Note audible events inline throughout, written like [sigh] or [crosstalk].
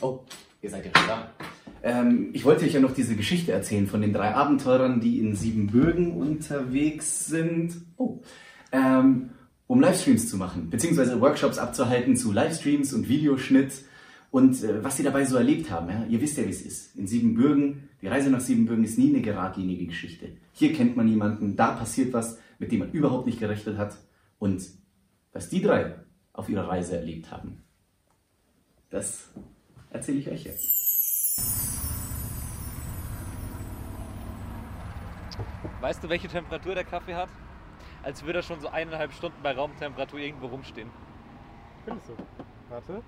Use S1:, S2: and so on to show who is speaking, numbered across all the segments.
S1: Oh, ihr seid ja schon da. Ähm, ich wollte euch ja noch diese Geschichte erzählen von den drei Abenteurern, die in Siebenbürgen unterwegs sind, oh, ähm, um Livestreams zu machen, beziehungsweise Workshops abzuhalten zu Livestreams und Videoschnitt und äh, was sie dabei so erlebt haben. Ja? Ihr wisst ja, wie es ist. In Siebenbürgen, die Reise nach Siebenbürgen ist nie eine geradlinige Geschichte. Hier kennt man jemanden, da passiert was, mit dem man überhaupt nicht gerechnet hat. Und was die drei auf ihrer Reise erlebt haben, das erzähle ich euch jetzt.
S2: Weißt du, welche Temperatur der Kaffee hat? Als würde er schon so eineinhalb Stunden bei Raumtemperatur irgendwo rumstehen.
S3: Findest du? Warte.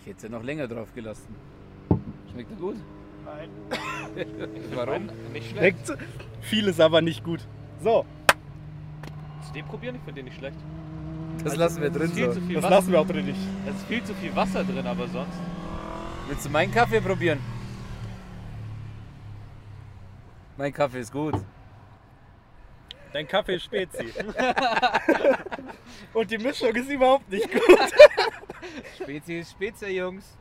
S4: Ich hätte es ja noch länger drauf gelassen. Schmeckt er gut?
S3: Nein.
S2: Warum? Nicht schlecht.
S3: Schmeckt vieles aber nicht gut. So,
S2: Zu dem probieren, ich finde den nicht schlecht. Also,
S4: Das lassen wir
S2: Es
S4: drin
S2: ist viel
S4: so.
S2: zu viel
S3: das
S2: Wasser.
S3: lassen wir auch drin nicht.
S2: Es ist viel zu viel Wasser drin, aber sonst.
S4: Willst du meinen Kaffee probieren? Mein Kaffee ist gut.
S3: Dein Kaffee ist Spezi. Und die Mischung ist überhaupt nicht gut.
S4: Spezi ist Spezi, Jungs.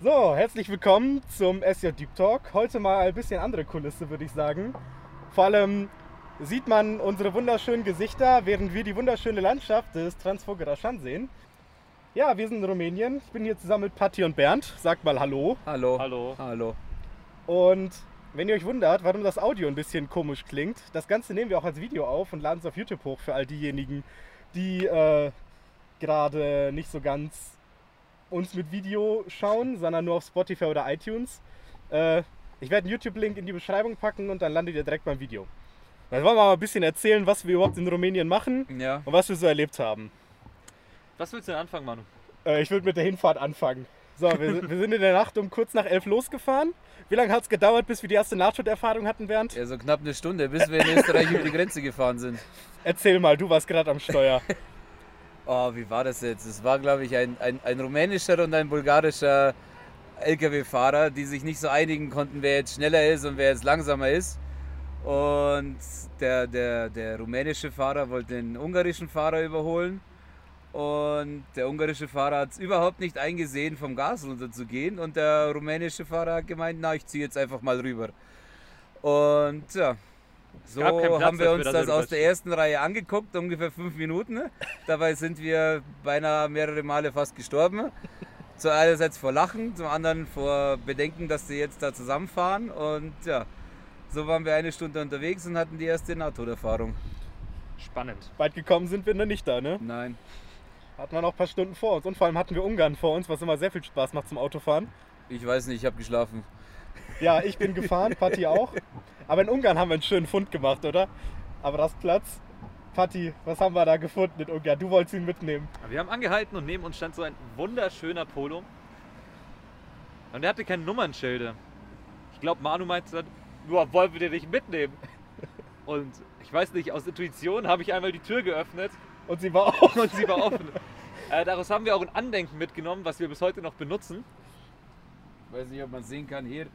S3: So, herzlich willkommen zum SJ Deep Talk. Heute mal ein bisschen andere Kulisse, würde ich sagen. Vor allem sieht man unsere wunderschönen Gesichter, während wir die wunderschöne Landschaft des Transvogerer Schan sehen. Ja, wir sind in Rumänien. Ich bin hier zusammen mit Patti und Bernd. Sagt mal Hallo.
S4: Hallo.
S2: Hallo.
S4: Hallo.
S3: Und wenn ihr euch wundert, warum das Audio ein bisschen komisch klingt, das Ganze nehmen wir auch als Video auf und laden es auf YouTube hoch für all diejenigen, die äh, gerade nicht so ganz uns mit Video schauen, sondern nur auf Spotify oder iTunes. Äh, ich werde einen YouTube-Link in die Beschreibung packen und dann landet ihr direkt beim Video. Jetzt wollen wir mal ein bisschen erzählen, was wir überhaupt in Rumänien machen
S4: Ja.
S3: und was wir so erlebt haben.
S2: Was willst du denn anfangen, Manu?
S3: Äh, ich würde mit der Hinfahrt anfangen. So, wir, sind- wir sind in der Nacht um kurz nach elf losgefahren. Wie lange hat es gedauert, bis wir die erste Nahtoderfahrung hatten, Bernd?
S4: Ja, so knapp eine Stunde, bis wir in Österreich über die Grenze gefahren sind.
S3: Erzähl mal, du warst gerade am Steuer. [laughs]
S4: Oh, wie war das jetzt? Es war, glaube ich, ein, ein, ein rumänischer und ein bulgarischer Lkw-Fahrer, die sich nicht so einigen konnten, wer jetzt schneller ist und wer jetzt langsamer ist. Und der, der, der rumänische Fahrer wollte den ungarischen Fahrer überholen. Und der ungarische Fahrer hat es überhaupt nicht eingesehen, vom Gas runterzugehen. Und der rumänische Fahrer hat gemeint, na, ich ziehe jetzt einfach mal rüber. Und ja, so
S2: gab keinen Platz
S4: haben wir
S2: dafür,
S4: uns
S2: dass er
S4: das aus der
S2: rübersteht.
S4: ersten Reihe angeguckt, ungefähr fünf
S2: [laughs]
S4: Minuten. Dabei sind wir beinahe mehrere Male fast gestorben. Zu einerseits vor Lachen, zum anderen vor Bedenken, dass sie jetzt da zusammenfahren. Und ja, so waren wir eine Stunde unterwegs und hatten die erste NATO-Erfahrung.
S2: Spannend.
S3: Weit gekommen sind wir noch nicht da, ne?
S4: Nein.
S3: Hatten wir noch ein paar Stunden vor uns. Und vor allem hatten wir Ungarn vor uns, was immer sehr viel Spaß macht zum Autofahren.
S4: Ich weiß nicht, ich habe geschlafen.
S3: Ja, ich bin
S4: [laughs]
S3: gefahren, Patti auch. Aber in Ungarn haben wir einen schönen Fund gemacht, oder? Aber das Platz. Patti, was haben wir da gefunden in Ungarn? Du wolltest ihn mitnehmen.
S2: Aber Wir haben angehalten und neben uns stand so ein wunderschöner Polo. Und der hatte keine Nummernschilder. Ich glaube, Manu meinte dann, nur wollen wir den nicht
S4: [laughs]
S2: mitnehmen. Und ich weiß nicht, aus Intuition habe ich einmal die Tür geöffnet
S3: Und sie war auch.
S2: und sie war offen. Äh, daraus haben wir auch ein Andenken mitgenommen, was wir bis heute noch benutzen.
S4: Weiß nicht, ob man sehen kann. Hier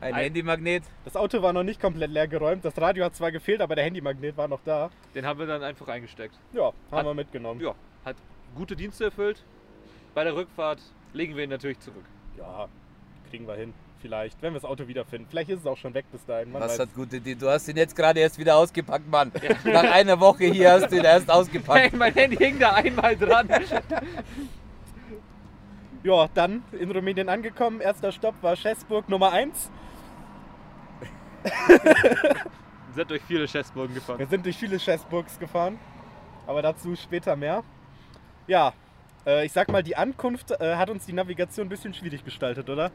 S4: ein,
S2: Ein-
S4: Handymagnet.
S3: Das Auto war noch nicht komplett leer geräumt. Das Radio hat zwar gefehlt, aber der Handymagnet war noch da.
S2: Den haben wir dann einfach eingesteckt.
S3: Ja, haben
S2: Hat-
S3: wir mitgenommen.
S2: Ja, hat gute Dienste erfüllt. Bei der Rückfahrt legen wir ihn natürlich zurück.
S3: Ja, kriegen wir hin. Vielleicht, wenn wir das Auto wiederfinden. Vielleicht ist es auch schon weg bis dahin. Man
S4: Was
S3: weiß.
S4: hat gute Idee? Du hast ihn jetzt gerade erst wieder ausgepackt, Mann. Nach einer Woche hier hast du ihn erst
S2: Hey,
S4: [laughs] ausgepackt.
S2: mein Handy hing da einmal dran. [laughs]
S3: Ja, dann in Rumänien angekommen. Erster Stopp war Schäßburg Nummer 1.
S2: Sind durch viele Schätzburgen gefahren.
S3: Wir sind durch viele Schäßburgs gefahren, aber dazu später mehr. Ja, äh, ich sag mal, die Ankunft äh, hat uns die Navigation ein bisschen schwierig gestaltet, oder?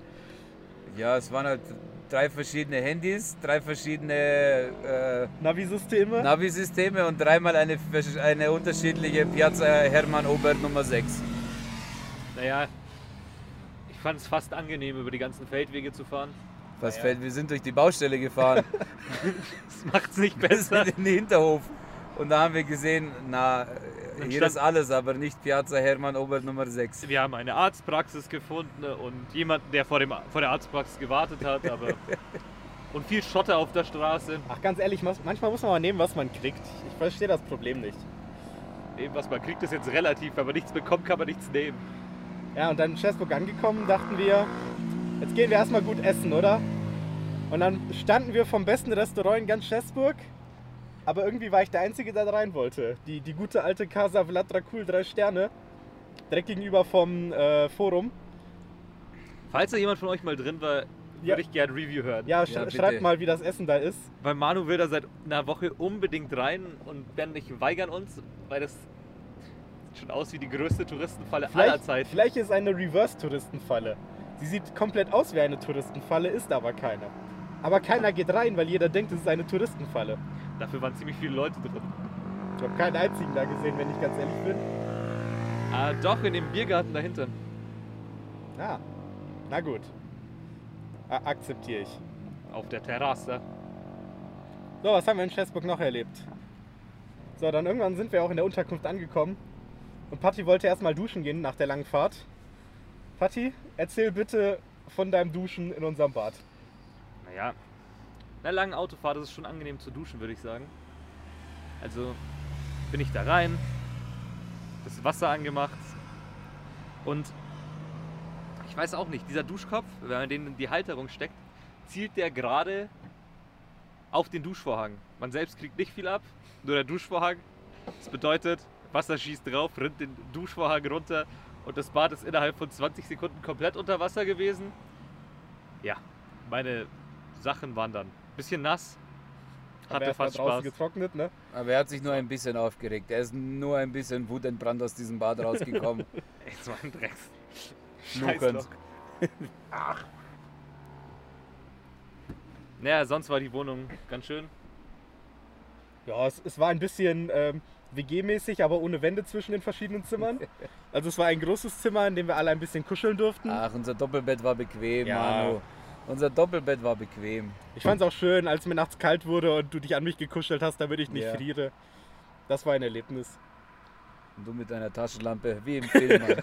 S4: Ja, es waren halt drei verschiedene Handys, drei verschiedene äh,
S3: Navisysteme.
S4: Navi-Systeme und dreimal eine, vers- eine unterschiedliche Piazza Hermann Ober Nummer 6.
S2: Naja, ich fand es fast angenehm, über die ganzen Feldwege zu fahren.
S4: Was fällt, wir sind durch die Baustelle [laughs] gefahren.
S2: Das macht's nicht
S4: Wir sind
S2: besser.
S4: [laughs] in den Hinterhof. Und da haben wir gesehen, na,
S2: Dann
S4: hier
S2: stand-
S4: ist alles, aber nicht Piazza Hermann Ober Nummer
S2: [laughs]
S4: 6.
S2: Wir haben eine Arztpraxis gefunden und jemanden, der vor, dem, vor der Arztpraxis gewartet hat. [laughs] Aber und viel Schotter auf der Straße.
S3: Ach, ganz ehrlich, mas- manchmal muss man mal nehmen, was man kriegt. Ich verstehe das Problem nicht.
S2: Nehmen, was man kriegt, ist jetzt relativ. Wenn man nichts bekommt, kann man nichts nehmen.
S3: Ja, und dann in Straßburg angekommen, dachten wir, jetzt gehen wir erstmal gut essen, oder? Und dann standen wir vom besten Restaurant in ganz Straßburg. Aber irgendwie war ich der Einzige, der da rein wollte. Die, die gute alte Casa Vlad Dracul, drei Sterne. Direkt gegenüber vom äh, Forum.
S2: Falls da jemand von euch mal drin war, würde
S3: Ja.
S2: ich gerne Review hören.
S3: Ja,
S4: Ja,
S3: sch
S4: bitte.
S3: schreibt mal, wie das Essen da ist.
S2: Weil Manu will da seit einer Woche unbedingt rein und Ben und ich weigern uns, weil das sieht schon aus wie die größte Touristenfalle aller
S3: Vielleicht,
S2: Zeiten.
S3: vielleicht ist es eine Reverse-Touristenfalle. Sie sieht komplett aus wie eine Touristenfalle, ist aber keine. Aber keiner geht rein, weil jeder denkt, es ist eine Touristenfalle.
S2: Dafür waren ziemlich viele Leute drin.
S3: Ich habe keinen einzigen da gesehen, wenn ich ganz ehrlich bin.
S2: Ah, doch, in dem Biergarten dahinter.
S3: Ah, na gut. A akzeptiere ich.
S2: Auf der Terrasse.
S3: So, was haben wir in Straßburg noch erlebt? So, dann irgendwann sind wir auch in der Unterkunft angekommen. Und Patti wollte erstmal duschen gehen nach der langen Fahrt. Patti, erzähl bitte von deinem Duschen in unserem Bad.
S2: Naja, in einer langen Autofahrt ist es schon angenehm zu duschen, würde ich sagen. Also bin ich da rein, das Wasser angemacht und ich weiß auch nicht, dieser Duschkopf, wenn man den in die Halterung steckt, zielt der gerade auf den Duschvorhang. Man selbst kriegt nicht viel ab, nur der Duschvorhang. Das bedeutet, Wasser schießt drauf, rinnt den Duschvorhang runter und das Bad ist innerhalb von 20 Sekunden komplett unter Wasser gewesen. Ja, meine Sachen waren dann ein bisschen nass,
S3: Haben wir
S2: hatte
S3: erst mal
S2: fast
S3: draußen
S2: Spaß.
S3: getrocknet, ne?
S4: Aber er hat sich nur ein bisschen aufgeregt. Er ist nur ein bisschen wutentbrannt aus diesem Bad rausgekommen.
S2: Jetzt war ein Drecks.
S4: Schnuckern.
S2: Naja, sonst war die Wohnung ganz schön.
S3: Ja, es, es war ein bisschen ähm, WG-mäßig, aber ohne Wände zwischen den verschiedenen
S2: [laughs]
S3: Zimmern. Also es war ein großes Zimmer, in dem wir alle ein bisschen kuscheln durften.
S4: Ach, unser Doppelbett war bequem,
S3: Ja.
S4: Manu. Unser Doppelbett war bequem.
S3: Ich fand es auch schön, als mir nachts kalt wurde und du dich an mich gekuschelt hast, damit ich nicht
S4: Ja.
S3: friere. Das war ein Erlebnis.
S4: Und du mit deiner Taschenlampe, wie im Film. Mann.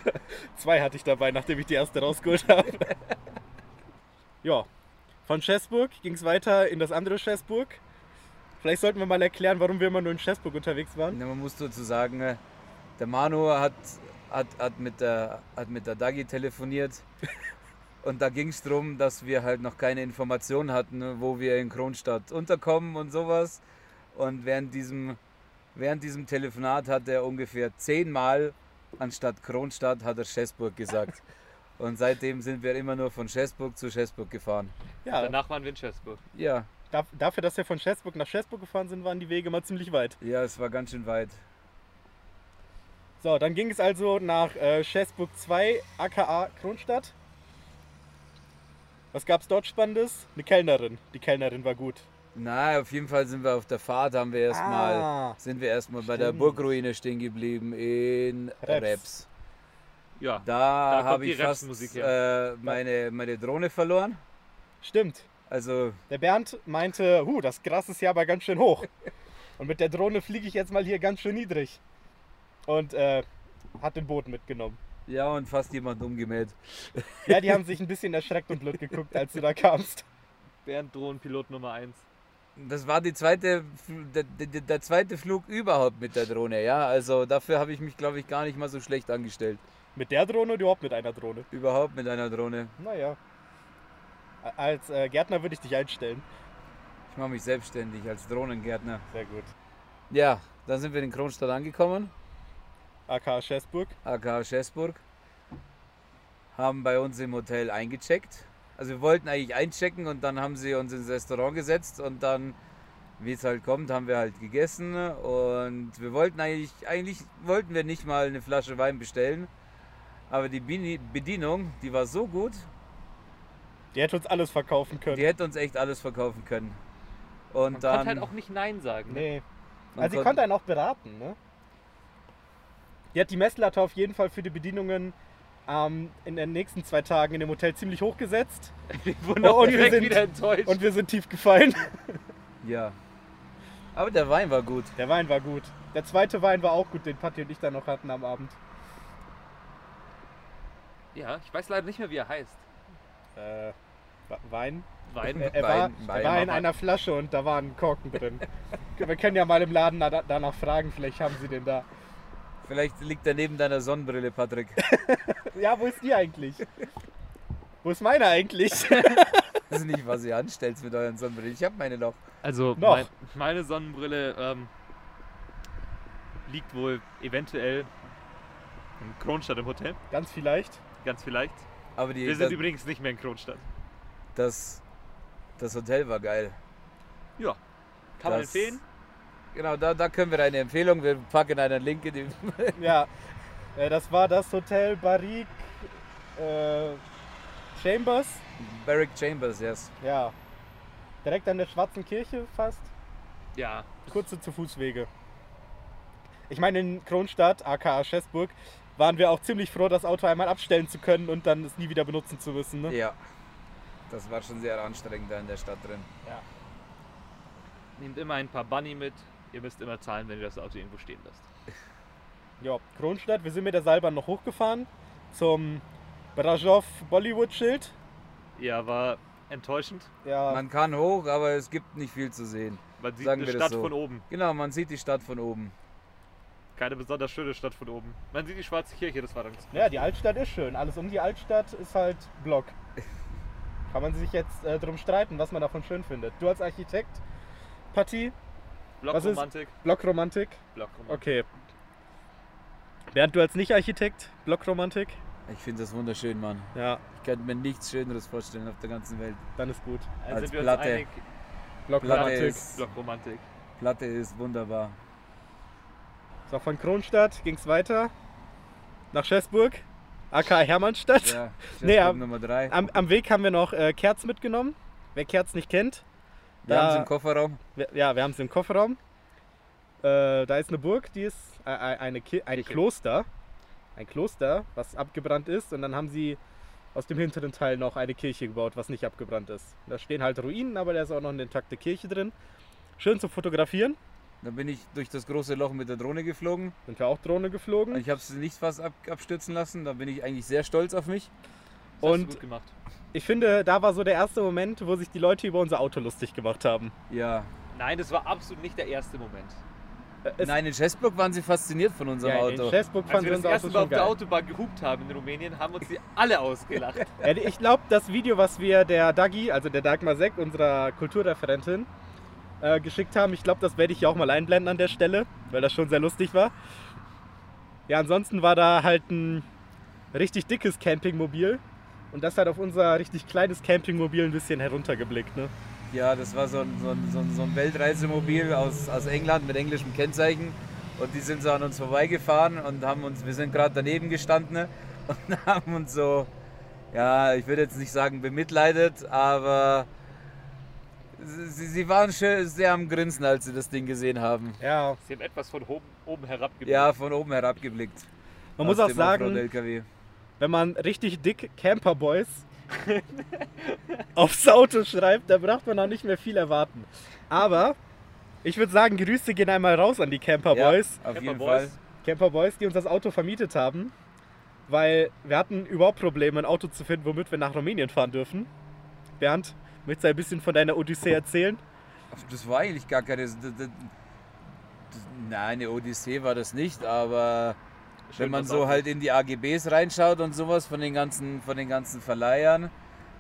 S3: Zwei hatte ich dabei, nachdem ich die erste rausgeholt [laughs] habe. ja, von Schäßburg ging es weiter in das andere Schäßburg. Vielleicht sollten wir mal erklären, warum wir immer nur in Schäßburg unterwegs waren.
S4: Na, Ne, man muss dazu sagen, äh, der Manu hat, hat, hat, mit, der, hat mit der Dagi telefoniert. Und da ging es darum, dass wir halt noch keine Informationen hatten, ne, wo wir in Kronstadt unterkommen und sowas. Und während diesem, während diesem Telefonat hat er ungefähr zehnmal anstatt Kronstadt hat er Schäßburg gesagt. Und seitdem sind wir immer nur von Schäßburg zu Schäßburg gefahren.
S3: Ja,
S2: Danach waren wir in Chesburg.
S4: Ja,
S3: da- dafür, dass wir von Schäßburg nach Schäßburg gefahren sind, waren die Wege mal ziemlich weit.
S4: ja, es war ganz schön weit.
S3: So, dann ging es also nach äh, Schäßburg 2, aka Kronstadt. Was gab's dort Spannendes? Eine Kellnerin. Die Kellnerin war gut.
S4: Na, auf jeden Fall sind wir auf der Fahrt, haben wir erstmal.
S3: Ah.
S4: Sind wir erstmal bei der
S3: Stimmt.
S4: Burgruine stehen geblieben in
S3: Reps.
S4: Reps.
S2: Ja,
S4: Da,
S2: kommt
S4: habe
S2: die
S4: ich fast
S2: Repsmusik
S4: äh, meine, meine Drohne verloren.
S3: Stimmt.
S4: Also,
S3: Der Bernd meinte, huh, das Gras ist ja aber ganz schön hoch. Und mit der Drohne fliege ich jetzt mal hier ganz schön niedrig. Und äh, hat den Boden mitgenommen.
S4: ja, und fast jemand umgemäht.
S3: Ja, die haben sich ein bisschen erschreckt und blöd geguckt, als du da kamst.
S2: Bernd Drohnenpilot Nummer 1.
S4: Das war die zweite, Fl- der, der, der zweite Flug überhaupt mit der Drohne, ja. Also dafür habe ich mich, glaube ich, gar nicht mal so schlecht angestellt.
S3: Mit der Drohne oder überhaupt mit einer Drohne?
S4: Überhaupt mit einer Drohne.
S3: Naja. A- Als äh, Gärtner würde ich dich einstellen.
S4: Ich mache mich selbstständig als Drohnengärtner.
S3: Sehr gut.
S4: Ja, dann sind wir in Kronstadt angekommen,
S3: AK Schäßburg.
S4: aka Schäßburg. Haben bei uns im Hotel eingecheckt. Also wir wollten eigentlich einchecken und dann haben sie uns ins Restaurant gesetzt und dann, wie es halt kommt, haben wir halt gegessen und wir wollten eigentlich, eigentlich wollten wir nicht mal eine Flasche Wein bestellen, aber die Bini- Bedienung, die war so gut,
S3: Die hätte uns alles verkaufen können.
S4: die hätte uns echt alles verkaufen können. Und
S2: Man
S4: dann,
S2: konnte halt auch nicht Nein sagen. Ne?
S3: Nee.
S4: man
S3: Also sie
S4: kon-
S3: konnte einen auch beraten, ne? Die hat die Messlatte auf jeden Fall für die Bedienungen ähm, in den nächsten zwei Tagen in dem Hotel ziemlich
S2: [laughs]
S3: hochgesetzt.
S2: Wir wurden auch
S3: Und wir
S2: direkt
S3: sind-
S2: wieder enttäuscht.
S3: Und wir sind tief gefallen.
S4: ja. Aber der Wein war gut.
S3: Der Wein war gut. Der zweite Wein war auch gut, den Patti und ich dann noch hatten am Abend.
S2: ja, ich weiß leider nicht mehr, wie er heißt.
S3: Äh, Wa- Wein?
S2: Wein.
S3: Er, er,
S4: Wein-
S3: war,
S4: Wein
S3: er war in
S4: war-
S3: einer Flasche
S2: [laughs]
S3: und da waren Korken drin. Wir können ja mal im Laden da, danach fragen, vielleicht haben sie den da.
S4: Vielleicht liegt er neben deiner Sonnenbrille, Patrick.
S3: Ja, wo ist die eigentlich? Wo ist
S2: [laughs]
S3: meine eigentlich?
S4: Das ist nicht, was ihr anstellt mit euren Sonnenbrillen. Ich habe meine noch.
S2: Also
S3: Noch.
S2: mein, meine Sonnenbrille ähm, liegt wohl eventuell in Kronstadt im Hotel,
S3: Ganz vielleicht.
S2: ganz vielleicht.
S4: Aber die,
S2: Wir sind
S4: das,
S2: übrigens nicht mehr in Kronstadt.
S4: das, das Hotel war geil.
S2: Ja, kann man
S4: Das-
S2: empfehlen.
S4: Genau, da, da können wir eine Empfehlung. Wir packen einen Link in die. [laughs]
S3: Ja. Äh, Das war das Hotel Barrique äh, Chambers.
S4: Barrack Chambers, yes.
S3: Ja. Direkt an der Schwarzen Kirche fast.
S2: Ja,
S3: Kurze zu Fußwege. Ich meine, in Kronstadt, aka Schäßburg, waren wir auch ziemlich froh, das Auto einmal abstellen zu können und dann es nie wieder benutzen zu müssen. Ne?
S4: Ja. Das war schon sehr anstrengend da in der Stadt drin.
S2: nehmt immer ein paar Bunny mit. Ihr müsst immer zahlen, wenn ihr das Auto irgendwo stehen lasst.
S3: Ja, Kronstadt, wir sind mit der Seilbahn noch hochgefahren zum Brasov Bollywood Schild.
S2: Ja, war enttäuschend.
S3: Ja,
S4: Man kann hoch, aber es gibt nicht viel zu sehen.
S2: Man sieht
S4: Sagen
S2: eine
S4: wir das
S2: Stadt
S4: so.
S2: von oben.
S4: Genau, man sieht die Stadt von oben.
S2: Keine besonders schöne Stadt von oben. Man sieht die Schwarze Kirche, das war dann.
S3: ja, die Altstadt ist schön. Alles um die Altstadt ist halt Block. Kann man sich jetzt äh, drum streiten, was man davon schön findet. Du als Architekt, Patti,
S2: Blockromantik.
S3: Blockromantik.
S2: Blockromantik.
S3: Okay. Bernd, du als Nicht-Architekt, Blockromantik.
S4: Ich finde das wunderschön, Mann.
S3: Ja,
S4: Ich könnte mir nichts Schöneres vorstellen auf der ganzen Welt.
S3: dann ist gut.
S2: Also
S4: Als
S2: sind wir
S4: Platte.
S2: uns einig.
S4: Platte
S3: Blockromantik.
S4: ist,
S2: Blockromantik.
S4: Platte ist wunderbar.
S3: So, von Kronstadt ging es weiter nach Schäßburg, aka Hermannstadt.
S4: Ja,
S3: Nee,
S4: Schätzpunkt
S3: am-
S4: Nummer drei.
S3: Am, am Weg haben wir noch äh, Kerz mitgenommen. Wer Kerz nicht kennt,
S4: Wir
S3: da-
S4: haben es im Kofferraum.
S3: wir, ja, wir haben es im Kofferraum. Äh, da ist eine Burg, die ist äh, äh, eine Ki ein
S2: Kirche.
S3: Kloster. Ein Kloster, was abgebrannt ist. Und dann haben sie aus dem hinteren Teil noch eine Kirche gebaut, was nicht abgebrannt ist. Da stehen halt Ruinen, aber da ist auch noch eine intakte Kirche drin. Schön zum Fotografieren.
S4: Da bin ich durch das große Loch mit der Drohne geflogen.
S3: Sind wir auch Drohne geflogen.
S4: Ich habe es nicht fast ab, abstürzen lassen. Da bin ich eigentlich sehr stolz auf mich.
S2: Das hast du
S3: Und
S2: gut gemacht.
S3: ich finde, da war so der erste Moment, wo sich die Leute über unser Auto lustig gemacht haben.
S4: Ja.
S2: Nein, das war absolut nicht der erste Moment.
S3: Äh, es-
S4: Nein, in Chessblock waren sie fasziniert von unserem
S3: ja, in
S4: Auto.
S3: Schäßburg
S2: Als
S3: fanden
S2: wir
S3: wir
S2: das
S3: unser
S2: erste
S3: Auto
S2: Mal
S3: schon
S2: auf der
S3: geil.
S2: Autobahn gehupt haben in Rumänien, haben uns die alle
S3: [laughs]
S2: ausgelacht.
S3: Ja, ich glaube, das Video, was wir der Dagi, also der Dagmar Seck, unserer Kulturreferentin, äh, geschickt haben, ich glaube, das werde ich hier auch mal einblenden an der Stelle, weil das schon sehr lustig war. Ja, ansonsten war da halt ein richtig dickes Campingmobil und das hat auf unser richtig kleines Campingmobil ein bisschen heruntergeblickt. Ne?
S4: Ja, das war so ein, so ein, so ein, so ein Weltreisemobil aus, aus England mit englischem Kennzeichen. Und die sind so an uns vorbeigefahren und haben uns, wir sind gerade daneben gestanden [laughs] ne? und haben uns so, ja, ich würde jetzt nicht sagen bemitleidet, aber sie, sie waren schön, sehr am Grinsen, als sie das Ding gesehen haben.
S3: Ja,
S2: Sie haben etwas von oben, oben herab geblickt.
S4: Ja, von oben herab geblickt.
S3: man
S4: aus
S3: muss auch
S4: dem
S3: sagen,
S4: Offroad-LKW.
S3: wenn man richtig dick Camperboys [laughs] aufs Auto schreibt, da braucht man auch nicht mehr viel erwarten. Aber ich würde sagen, Grüße gehen einmal raus an die Camperboys.
S4: Ja, auf
S2: Pepper
S4: jeden
S2: Boys.
S4: Fall.
S3: Camperboys, die uns das Auto vermietet haben, weil wir hatten überhaupt Probleme, ein Auto zu finden, womit wir nach Rumänien fahren dürfen. Bernd, möchtest du ein bisschen von deiner Odyssee erzählen?
S4: Das war eigentlich gar keine. Das, das, das, nein, eine Odyssee war das nicht, aber
S2: Schön,
S4: wenn man
S2: was
S4: so
S2: auch-
S4: halt in die AGBs reinschaut und sowas von den ganzen, von den ganzen Verleihern,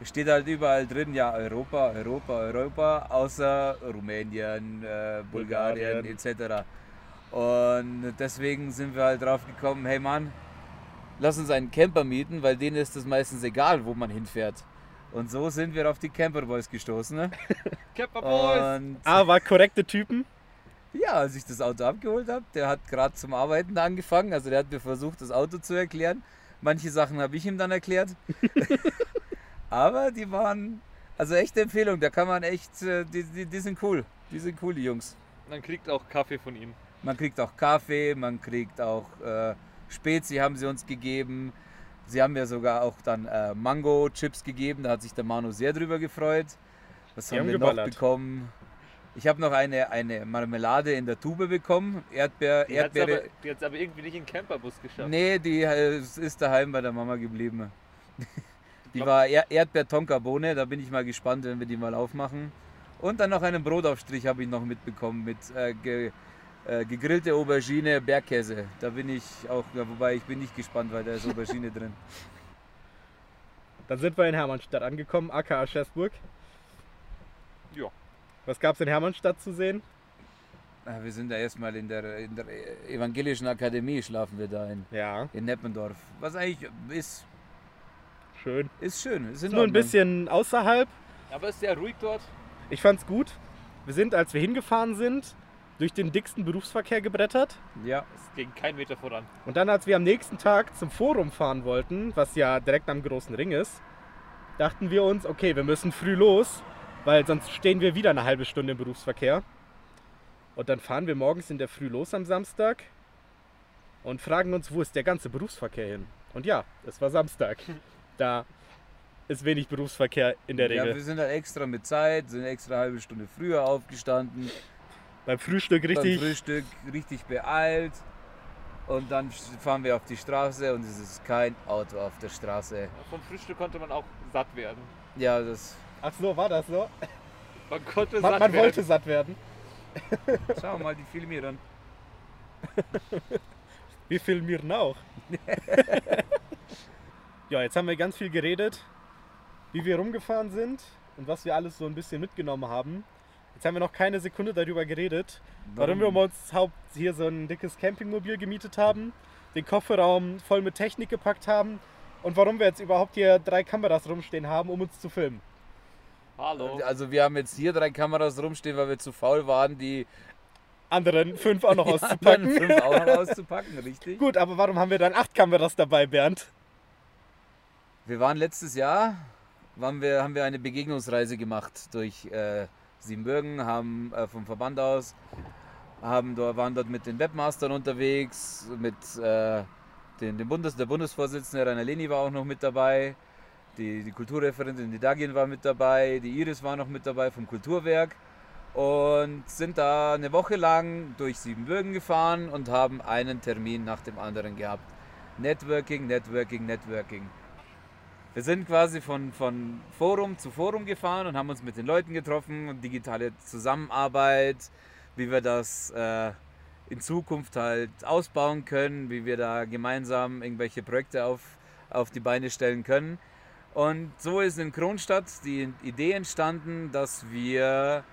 S4: steht halt überall drin, ja, Europa, Europa, Europa, außer Rumänien, äh, Bulgarien,
S3: Bulgarien.
S4: etc. Und deswegen sind wir halt drauf gekommen, hey Mann, lass uns einen Camper mieten, weil denen ist es meistens egal, wo man hinfährt. Und so sind wir auf die Camperboys gestoßen. Ne?
S2: Kepper Boys!
S4: Und
S3: Aber korrekte Typen.
S4: ja, als ich das Auto abgeholt habe, der hat gerade zum Arbeiten da angefangen. Also der hat mir versucht, das Auto zu erklären. Manche Sachen habe ich ihm dann erklärt. Aber die waren, also echte Empfehlung, da kann man echt, äh, die, die, die sind cool. Die sind cool, die Jungs.
S2: Man kriegt auch Kaffee von ihnen.
S4: Man kriegt auch Kaffee, man kriegt auch äh, Spezi haben sie uns gegeben. Sie haben mir sogar auch dann äh, Mango-Chips gegeben, da hat sich der Manu sehr drüber gefreut. Was
S3: Die
S4: haben
S3: haben
S4: wir
S3: geballert.
S4: noch bekommen? Ich habe noch eine, eine Marmelade in der Tube bekommen, Erdbeer,
S2: Die hat's aber,
S4: Erdbeere.
S2: die hat's aber irgendwie nicht in den Camperbus geschafft.
S4: Nee, die äh, ist daheim bei der Mama geblieben. [laughs] Die
S2: Glaub-
S4: war Er Erdbeer-Tonka-Bohne, da bin ich mal gespannt, wenn wir die mal aufmachen. Und dann noch einen Brotaufstrich habe ich noch mitbekommen mit äh, ge Äh, gegrillte Aubergine, Bergkäse. Da bin ich auch, ja, wobei ich bin nicht gespannt, weil da ist Aubergine [laughs] drin.
S3: Dann sind wir in Hermannstadt angekommen, aka Schäßburg.
S2: Ja.
S3: Was gab's in Hermannstadt zu sehen?
S4: Ah, Wir sind da erstmal in der, in der evangelischen Akademie, schlafen wir da in,
S3: Ja,
S4: in Neppendorf. Was eigentlich ist,
S3: schön.
S4: ist schön. Ist in
S3: Nur ein
S4: Ordnung.
S3: bisschen außerhalb.
S2: Aber ist sehr ruhig dort.
S3: Ich fand's gut. Wir sind, als wir hingefahren sind, durch den dicksten Berufsverkehr gebrettert.
S4: Ja,
S2: Es ging kein Meter voran.
S3: Und dann, als wir am nächsten Tag zum Forum fahren wollten, was ja direkt am großen Ring ist, dachten wir uns, okay, wir müssen früh los, weil sonst stehen wir wieder eine halbe Stunde im Berufsverkehr. Und dann fahren wir morgens in der Früh los am Samstag und fragen uns, wo ist der ganze Berufsverkehr hin? Und ja, es war
S4: [laughs]
S3: Samstag. Da ist wenig Berufsverkehr in der
S4: ja,
S3: Regel.
S4: wir sind halt extra mit Zeit, sind extra eine halbe Stunde früher aufgestanden.
S3: Beim Frühstück
S4: beim
S3: richtig.
S4: Frühstück richtig beeilt und dann fahren wir auf die Straße und es ist kein Auto auf der Straße.
S2: Vom Frühstück konnte man auch satt werden.
S4: Ja, das
S3: Ach so, war das so?
S2: Man konnte
S3: Man,
S2: satt
S3: man
S2: werden.
S3: wollte satt werden.
S4: schau mal die Filmierern.
S3: Wie viel mir auch. [laughs] ja, jetzt haben wir ganz viel geredet, wie wir rumgefahren sind und was wir alles so ein bisschen mitgenommen haben. Jetzt haben wir noch keine Sekunde darüber geredet, warum, wir um uns Haupt hier so ein dickes Campingmobil gemietet haben, den Kofferraum voll mit Technik gepackt haben und warum wir jetzt überhaupt hier drei Kameras rumstehen haben, um uns zu filmen.
S2: Hallo.
S4: Also wir haben jetzt hier drei Kameras rumstehen, weil wir zu faul waren, die
S3: Anderen fünf [laughs] auch noch
S4: anderen
S3: auszupacken.
S4: fünf
S3: [laughs]
S4: auch noch auszupacken, richtig?
S3: Gut, aber warum haben wir dann acht Kameras dabei, Bernd?
S4: Wir waren letztes Jahr, waren wir, haben wir eine Begegnungsreise gemacht durch äh, Siebenbürgen, haben äh, vom Verband aus, haben, dort- waren dort mit den Webmastern unterwegs, mit äh, den, dem Bundes, der Bundesvorsitzende Rainer Leni war auch noch mit dabei, die, die Kulturreferentin, die Dagien war mit dabei, die Iris war noch mit dabei vom Kulturwerk und sind da eine Woche lang durch Siebenbürgen gefahren und haben einen Termin nach dem anderen gehabt. Networking, Networking, Networking. Wir sind quasi von, von Forum zu Forum gefahren und haben uns mit den Leuten getroffen und digitale Zusammenarbeit, wie wir das äh, in Zukunft halt ausbauen können, wie wir da gemeinsam irgendwelche Projekte auf, auf die Beine stellen können. Und so ist in Kronstadt die Idee entstanden, dass wir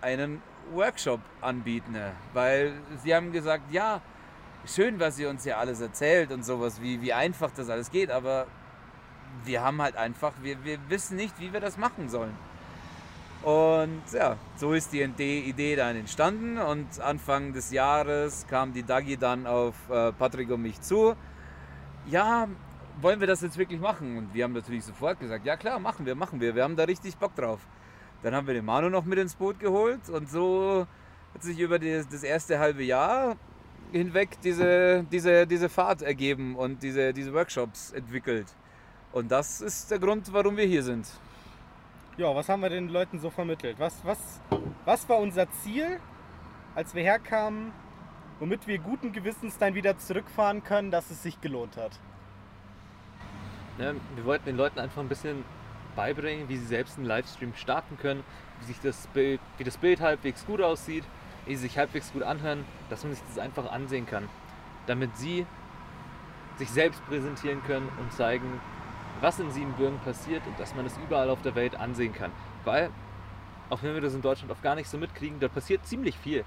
S4: einen Workshop anbieten, weil sie haben gesagt, ja, schön, was ihr uns hier alles erzählt und sowas, wie, wie einfach das alles geht, aber wir haben halt einfach, wir, wir wissen nicht, wie wir das machen sollen. Und ja, so ist die Idee Idee dann entstanden und Anfang des Jahres kam die Dagi dann auf äh, Patrick und mich zu. Ja, wollen wir das jetzt wirklich machen? Und wir haben natürlich sofort gesagt, ja klar, machen wir, machen wir, wir haben da richtig Bock drauf. Dann haben wir den Manu noch mit ins Boot geholt und so hat sich über das, das erste halbe Jahr hinweg diese, diese, diese Fahrt ergeben und diese, diese Workshops entwickelt. Und das ist der Grund, warum wir hier sind.
S3: Ja, was haben wir den Leuten so vermittelt? Was, was, was war unser Ziel, als wir herkamen, womit wir guten Gewissens dann wieder zurückfahren können, dass es sich gelohnt hat?
S2: Ne, wir wollten den Leuten einfach ein bisschen beibringen, wie sie selbst einen Livestream starten können, wie sich das Bild, wie das Bild halbwegs gut aussieht, wie sie sich halbwegs gut anhören, dass man sich das einfach ansehen kann, damit sie sich selbst präsentieren können und zeigen, was in Siebenbürgen passiert und dass man es überall auf der Welt ansehen kann, weil auch wenn wir das in Deutschland oft gar nicht so mitkriegen, da passiert ziemlich viel.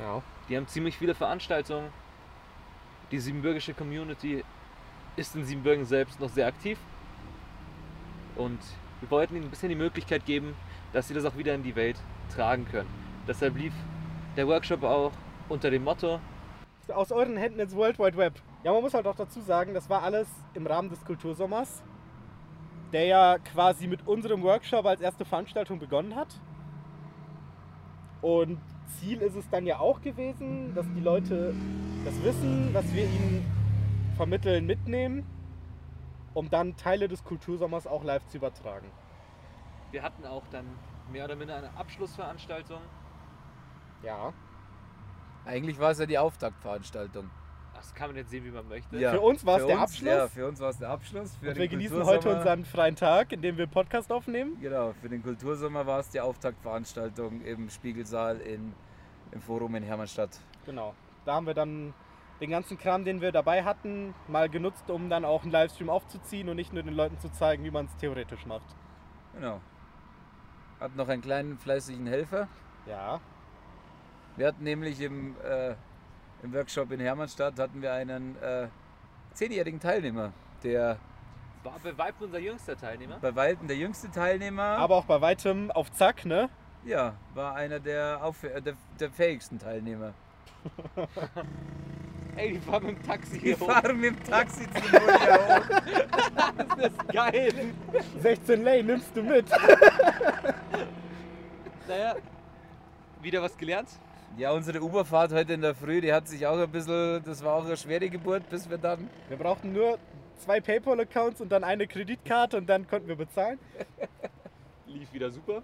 S3: Ja.
S2: Die haben ziemlich viele Veranstaltungen. Die siebenbürgische Community ist in Siebenbürgen selbst noch sehr aktiv. Und wir wollten ihnen ein bisschen die Möglichkeit geben, dass sie das auch wieder in die Welt tragen können. Deshalb lief der Workshop auch unter dem Motto,
S3: Aus euren Händen ins World Wide Web. Ja, man muss halt auch dazu sagen, das war alles im Rahmen des Kultursommers, der ja quasi mit unserem Workshop als erste Veranstaltung begonnen hat. Und Ziel ist es dann ja auch gewesen, dass die Leute das Wissen, was wir ihnen vermitteln, mitnehmen, um dann Teile des Kultursommers auch live zu übertragen.
S2: wir hatten auch dann mehr oder minder eine Abschlussveranstaltung.
S3: Ja.
S4: Eigentlich war es ja die Auftaktveranstaltung.
S2: Das kann man jetzt sehen, wie man möchte.
S4: Ja,
S3: Für uns war es
S4: Für
S3: der
S4: uns-
S3: Abschluss.
S4: Ja, für uns war es der Abschluss. Für
S3: und
S4: den
S3: wir genießen
S4: Kultursommer-
S3: heute unseren freien Tag, in dem wir Podcast aufnehmen.
S4: Genau, für den Kultursommer war es die Auftaktveranstaltung im Spiegelsaal in im Forum in Hermannstadt.
S3: Genau. Da haben wir dann den ganzen Kram, den wir dabei hatten, mal genutzt, um dann auch einen Livestream aufzuziehen und nicht nur den Leuten zu zeigen, wie man es theoretisch macht.
S4: Genau. Hat noch einen kleinen fleißigen Helfer.
S3: Ja,
S4: Wir hatten nämlich im, äh, im Workshop in Hermannstadt hatten wir einen äh, zehnjährigen Teilnehmer, der
S2: War beweibt unser jüngster Teilnehmer.
S4: bei weitem der jüngste Teilnehmer.
S3: aber auch bei weitem auf Zack, ne?
S4: Ja, war einer der, auf, äh, der, der fähigsten Teilnehmer.
S2: Ey, die fahren mit dem Taxi
S4: Wir
S2: hier hoch.
S4: fahren mit dem Taxi zu Julia hoch.
S2: Das ist geil.
S3: 16 Lay nimmst du mit.
S2: Naja, wieder was gelernt.
S4: Ja, unsere Uberfahrt heute in der Früh, die hat sich auch ein bisschen, das war auch eine schwere Geburt, bis wir dann,
S3: Wir brauchten nur zwei PayPal-Accounts und dann eine Kreditkarte und dann konnten wir bezahlen.
S2: Lief wieder super.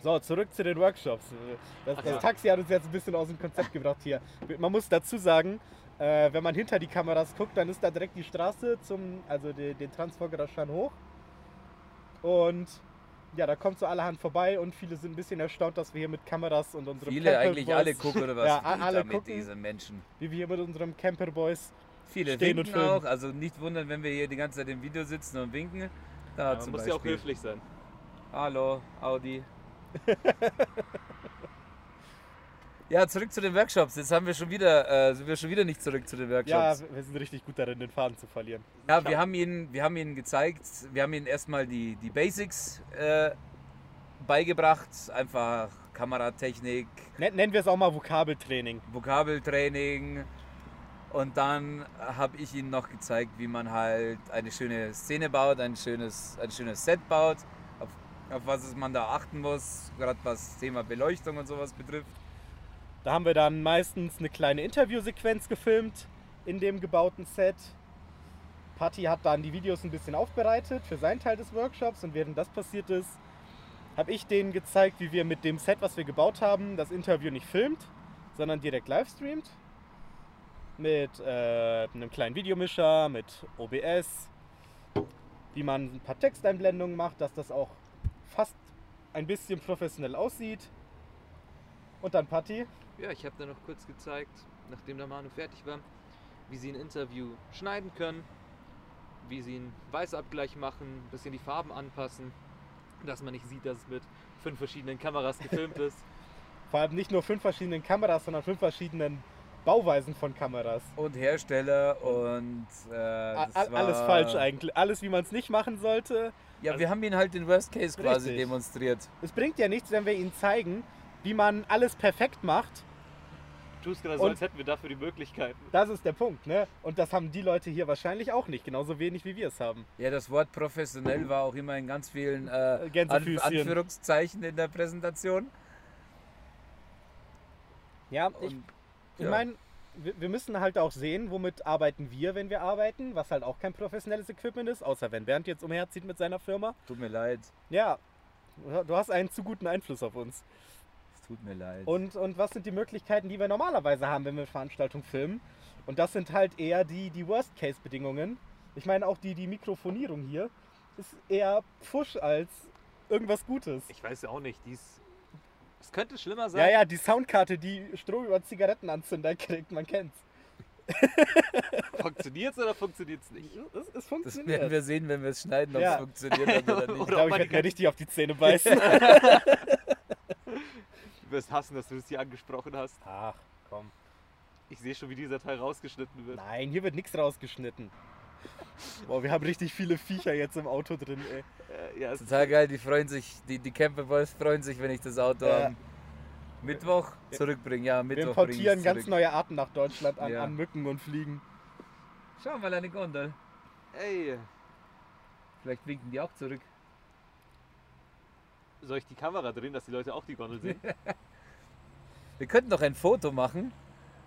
S3: So, zurück zu den Workshops. Das,
S2: Ach
S3: das
S2: ja.
S3: Taxi hat uns jetzt ein bisschen aus dem Konzept gebracht hier. Man muss dazu sagen, äh, wenn man hinter die Kameras guckt, dann ist da direkt die Straße zum, also de, den Transfolgerer Stein hoch. Und ja, da kommt so allerhand vorbei und viele sind ein bisschen erstaunt, dass wir hier mit Kameras und unserem
S4: viele
S3: Camper
S4: eigentlich
S3: Boys,
S4: alle gucken oder was,
S3: Ja,
S4: geht
S3: alle
S4: da mit
S3: gucken.
S4: diesen Menschen.
S3: wie wir hier mit unserem Camper Boys.
S4: Viele
S3: Stehen und
S4: winken
S3: filmen.
S4: auch, also nicht wundern, wenn wir hier die ganze Zeit im Video sitzen und winken. Da
S2: man
S4: zum
S2: muss
S4: Beispiel.
S2: ja auch höflich sein.
S4: Hallo, Audi. ja, zurück zu den Workshops. Jetzt haben wir schon wieder, äh, sind wir schon wieder nicht zurück zu den
S3: Ja,
S4: Workshops.
S3: wir wir sind richtig gut darin, den Faden zu verlieren.
S4: Ja, wir haben ihnen, wir haben ihnen gezeigt, wir haben ihnen erstmal die, die Basics äh, beigebracht, einfach Kameratechnik,
S3: Nen- Nennen wir es auch mal Vokabeltraining.
S4: Vokabeltraining. Und dann habe ich ihnen noch gezeigt, wie man halt eine schöne Szene baut, ein schönes, ein schönes Set baut, auf, auf was es man da achten muss, gerade was das Thema Beleuchtung und sowas betrifft.
S3: Da haben wir dann meistens eine kleine Interviewsequenz gefilmt in dem gebauten Set. Patti hat dann die Videos ein bisschen aufbereitet für seinen Teil des Workshops und während das passiert ist, habe ich denen gezeigt, wie wir mit dem Set, was wir gebaut haben, das Interview nicht filmt, sondern direkt live streamt. Mit äh, einem kleinen Videomischer, mit OBS, wie man ein paar Texteinblendungen macht, dass das auch fast ein bisschen professionell aussieht. Und dann Patti.
S2: Ja, ich habe da noch kurz gezeigt, nachdem der Manu fertig war, wie sie ein Interview schneiden können, wie sie einen Weißabgleich machen, ein bisschen die Farben anpassen, dass man nicht sieht, dass es mit fünf verschiedenen Kameras gefilmt ist. [laughs]
S3: Vor allem nicht nur fünf verschiedenen Kameras, sondern fünf verschiedenen Bauweisen von Kameras.
S4: Und Hersteller und äh, das
S3: A- a- alles
S4: war-
S3: falsch eigentlich. Alles, wie man es nicht machen sollte.
S4: Ja, wir haben ihnen halt den Worst Case quasi
S3: Richtig.
S4: demonstriert.
S3: Es bringt ja nichts, wenn wir ihnen zeigen, wie man alles perfekt macht.
S2: Du hast gerade
S3: Und-
S2: genau so, als hätten wir dafür die Möglichkeiten.
S3: Das ist der Punkt, ne? Und das haben die Leute hier wahrscheinlich auch nicht. Genauso wenig, wie wir es haben.
S4: Ja, das Wort professionell war auch immer in ganz vielen äh, An
S3: Gänsefüßchen.
S4: Anführungszeichen in der Präsentation.
S3: Ja, ich,
S4: Und,
S3: ich
S4: ja.
S3: meine, wir, wir müssen halt auch sehen, womit arbeiten wir, wenn wir arbeiten. Was halt auch kein professionelles Equipment ist, außer wenn Bernd jetzt umherzieht mit seiner Firma.
S4: Tut mir leid,
S3: Ja, du hast einen zu guten Einfluss auf uns.
S4: es tut mir leid.
S3: Und, und was sind die Möglichkeiten, die wir normalerweise haben, wenn wir Veranstaltungen filmen? Und das sind halt eher die, die Worst-Case-Bedingungen. Ich meine, auch die, die Mikrofonierung hier ist eher Pfusch als irgendwas Gutes.
S2: Ich weiß ja auch nicht, dies. Es könnte schlimmer sein.
S3: Ja, ja, die Soundkarte, die Strom über Zigarettenanzünder kriegt, man kennt's.
S2: [laughs] Funktioniert's oder funktioniert's nicht?
S3: Es, es
S4: Das werden
S3: funktioniert.
S4: wir sehen, wenn wir es schneiden, ob es
S3: Ja.
S4: funktioniert hat oder
S3: ich [laughs]
S4: nicht.
S2: Oder ob
S3: glaube, ich
S2: man
S3: werde
S2: die-
S3: mir richtig auf die Zähne beißen.
S2: [laughs] Du wirst hassen, dass du das hier angesprochen hast.
S3: [laughs] Ach, komm.
S2: Ich sehe schon, wie dieser Teil rausgeschnitten wird.
S3: Nein, hier wird nichts rausgeschnitten. Boah, wir haben richtig viele Viecher jetzt im Auto drin, ey.
S2: Äh, ja, es
S4: Total geil, die freuen sich, die, die Camper Boys freuen sich, wenn ich das Auto
S3: Ja.
S4: am Mittwoch zurückbringe. Ja, am
S3: Wir
S4: Mittwoch bringe ich
S3: importieren
S4: es
S3: ganz
S4: zurück.
S3: neue Arten nach Deutschland an,
S4: Ja.
S3: an Mücken und Fliegen.
S4: Schau mal, eine Gondel.
S2: Ey,
S4: Vielleicht winken die auch zurück.
S2: soll ich die Kamera drehen, dass die Leute auch die Gondel [laughs] sehen?
S4: Wir könnten doch ein Foto machen,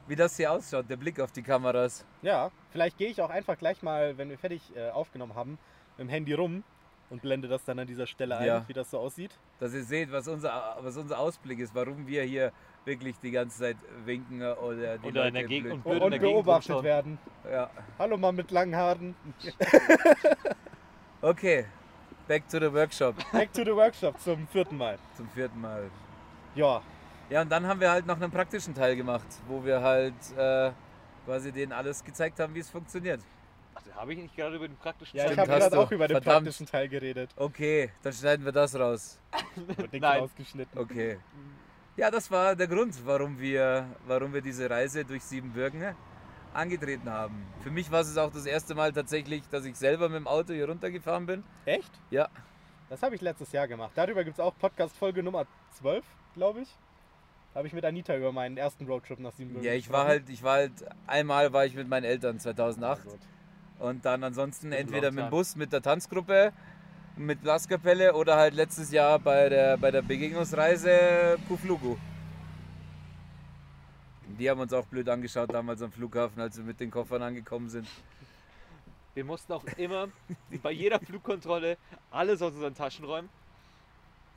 S4: wie das hier ausschaut, der Blick auf die Kameras.
S3: Ja, vielleicht gehe ich auch einfach gleich mal, wenn wir fertig äh, aufgenommen haben, mit dem Handy rum und blende das dann an dieser Stelle ein,
S4: Ja.
S3: wie das so aussieht.
S4: Dass ihr seht, was unser, was unser Ausblick ist, warum wir hier wirklich die ganze Zeit winken oder die
S2: Oder in
S4: Leute
S2: der Gegend-
S4: blöd-
S2: Würde
S3: und
S2: dagegen
S3: beobachtet
S2: rumschauen.
S3: werden.
S4: Ja.
S3: Hallo Mann mit langen Haaren.
S4: Okay, back to the workshop
S3: Back to the Workshop zum vierten Mal.
S4: zum vierten Mal.
S3: Ja,
S4: Ja, und dann haben wir halt noch einen praktischen Teil gemacht, wo wir halt äh, quasi denen alles gezeigt haben, wie es funktioniert.
S2: Ach, habe ich nicht gerade über den praktischen
S3: Ja, ich
S4: Stimmt,
S3: habe
S4: hast
S3: gerade
S4: du.
S3: auch über den
S4: Verdammt.
S3: praktischen Teil
S4: [laughs]
S3: geredet.
S4: Okay, dann schneiden wir das raus.
S3: Und nichts
S2: Nein.
S3: rausgeschnitten.
S4: Okay. Ja, das war der Grund, warum wir, warum wir diese Reise durch Siebenbürgen angetreten haben. Für mich war es auch das erste Mal tatsächlich, dass ich selber mit dem Auto hier runtergefahren bin.
S3: Echt?
S4: Ja.
S3: Das habe ich letztes Jahr gemacht. Darüber gibt es auch Podcast-Folge Nummer 12, glaube ich. Da habe ich mit Anita über meinen ersten Roadtrip nach Siebenbürgen
S4: Ja, ich war halt, ich war halt, einmal war ich mit meinen Eltern 2008
S3: Gut.
S4: und dann ansonsten
S2: Gute
S4: entweder mit dem
S2: Laufzeit.
S4: Bus, mit der Tanzgruppe, mit Blaskapelle oder halt letztes Jahr bei der, bei der Begegnungsreise Kuflugu. Die haben uns auch blöd angeschaut damals am Flughafen, als wir mit den Koffern angekommen sind.
S2: Wir mussten auch immer bei jeder Flugkontrolle alles aus unseren Taschen räumen.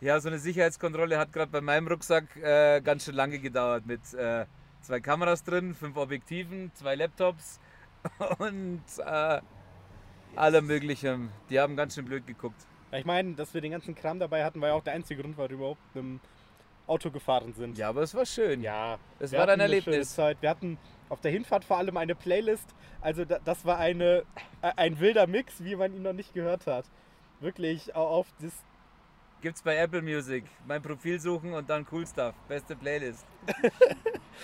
S4: Ja, so eine Sicherheitskontrolle hat gerade bei meinem Rucksack äh, ganz schön lange gedauert mit äh, zwei Kameras drin, fünf Objektiven, zwei Laptops [laughs] und äh, allem Möglichen. Die haben ganz schön blöd geguckt.
S3: Ja, Ich meine, dass wir den ganzen Kram dabei hatten, war ja auch der einzige Grund, warum wir überhaupt mit dem Auto gefahren sind.
S4: Ja, aber es war schön.
S3: Ja,
S4: Es
S3: wir
S4: war ein
S3: hatten eine schöne
S4: Erlebnis.
S3: Zeit. Wir hatten auf der Hinfahrt vor allem eine Playlist. Also da, das war eine, äh, ein wilder Mix, wie man ihn noch nicht gehört hat. Wirklich au- auf das.
S4: Gibt's bei Apple Music. Mein Profil suchen und dann Cool Stuff. Beste Playlist.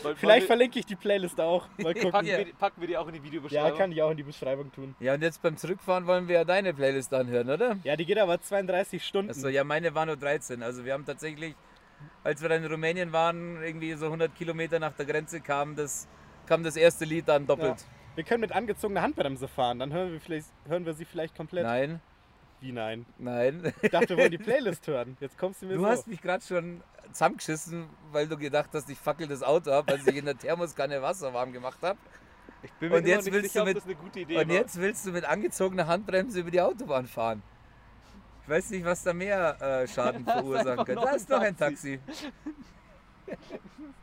S2: Wollen-
S3: Vielleicht
S2: wollen
S3: verlinke ich die Playlist
S4: [laughs]
S3: auch. Mal
S2: wir, packen,
S3: gucken.
S2: wir, packen wir die auch in die
S3: Ja,
S2: Videobeschreibung.
S3: kann ich auch in die Beschreibung tun.
S4: Ja, und jetzt beim Zurückfahren wollen wir ja deine Playlist anhören, oder?
S3: Ja, die geht aber 32 Stunden.
S4: Achso, ja, meine war nur 13. Also wir haben tatsächlich, als wir dann in Rumänien waren, irgendwie so 100 Kilometer nach der Grenze kam das, kam das erste Lied dann doppelt.
S3: Wir können mit angezogener Handbremse fahren. Dann hören wir, vielleicht, hören wir sie vielleicht komplett.
S4: Nein,
S3: Wie nein?
S4: nein.
S3: Ich dachte, wir wollen die Playlist hören. Jetzt kommst du mir
S4: Du
S3: so.
S4: hast mich gerade schon zusammengeschissen, weil du gedacht hast, ich fackel das Auto ab, als ich in der Thermoskanne Wasser warm gemacht habe.
S2: Ich bin mir
S4: Und
S2: immer
S4: jetzt
S2: nicht
S4: willst
S2: sicher,
S4: du mit-
S2: ob das eine gute Idee
S4: Und
S2: war.
S4: jetzt willst du mit angezogener Handbremse über die Autobahn fahren. Ich weiß nicht, was da mehr äh, Schaden verursachen
S2: einfach
S4: könnte.
S2: noch
S4: Da
S2: ein
S4: ist noch ein
S2: Taxi.
S4: Taxi.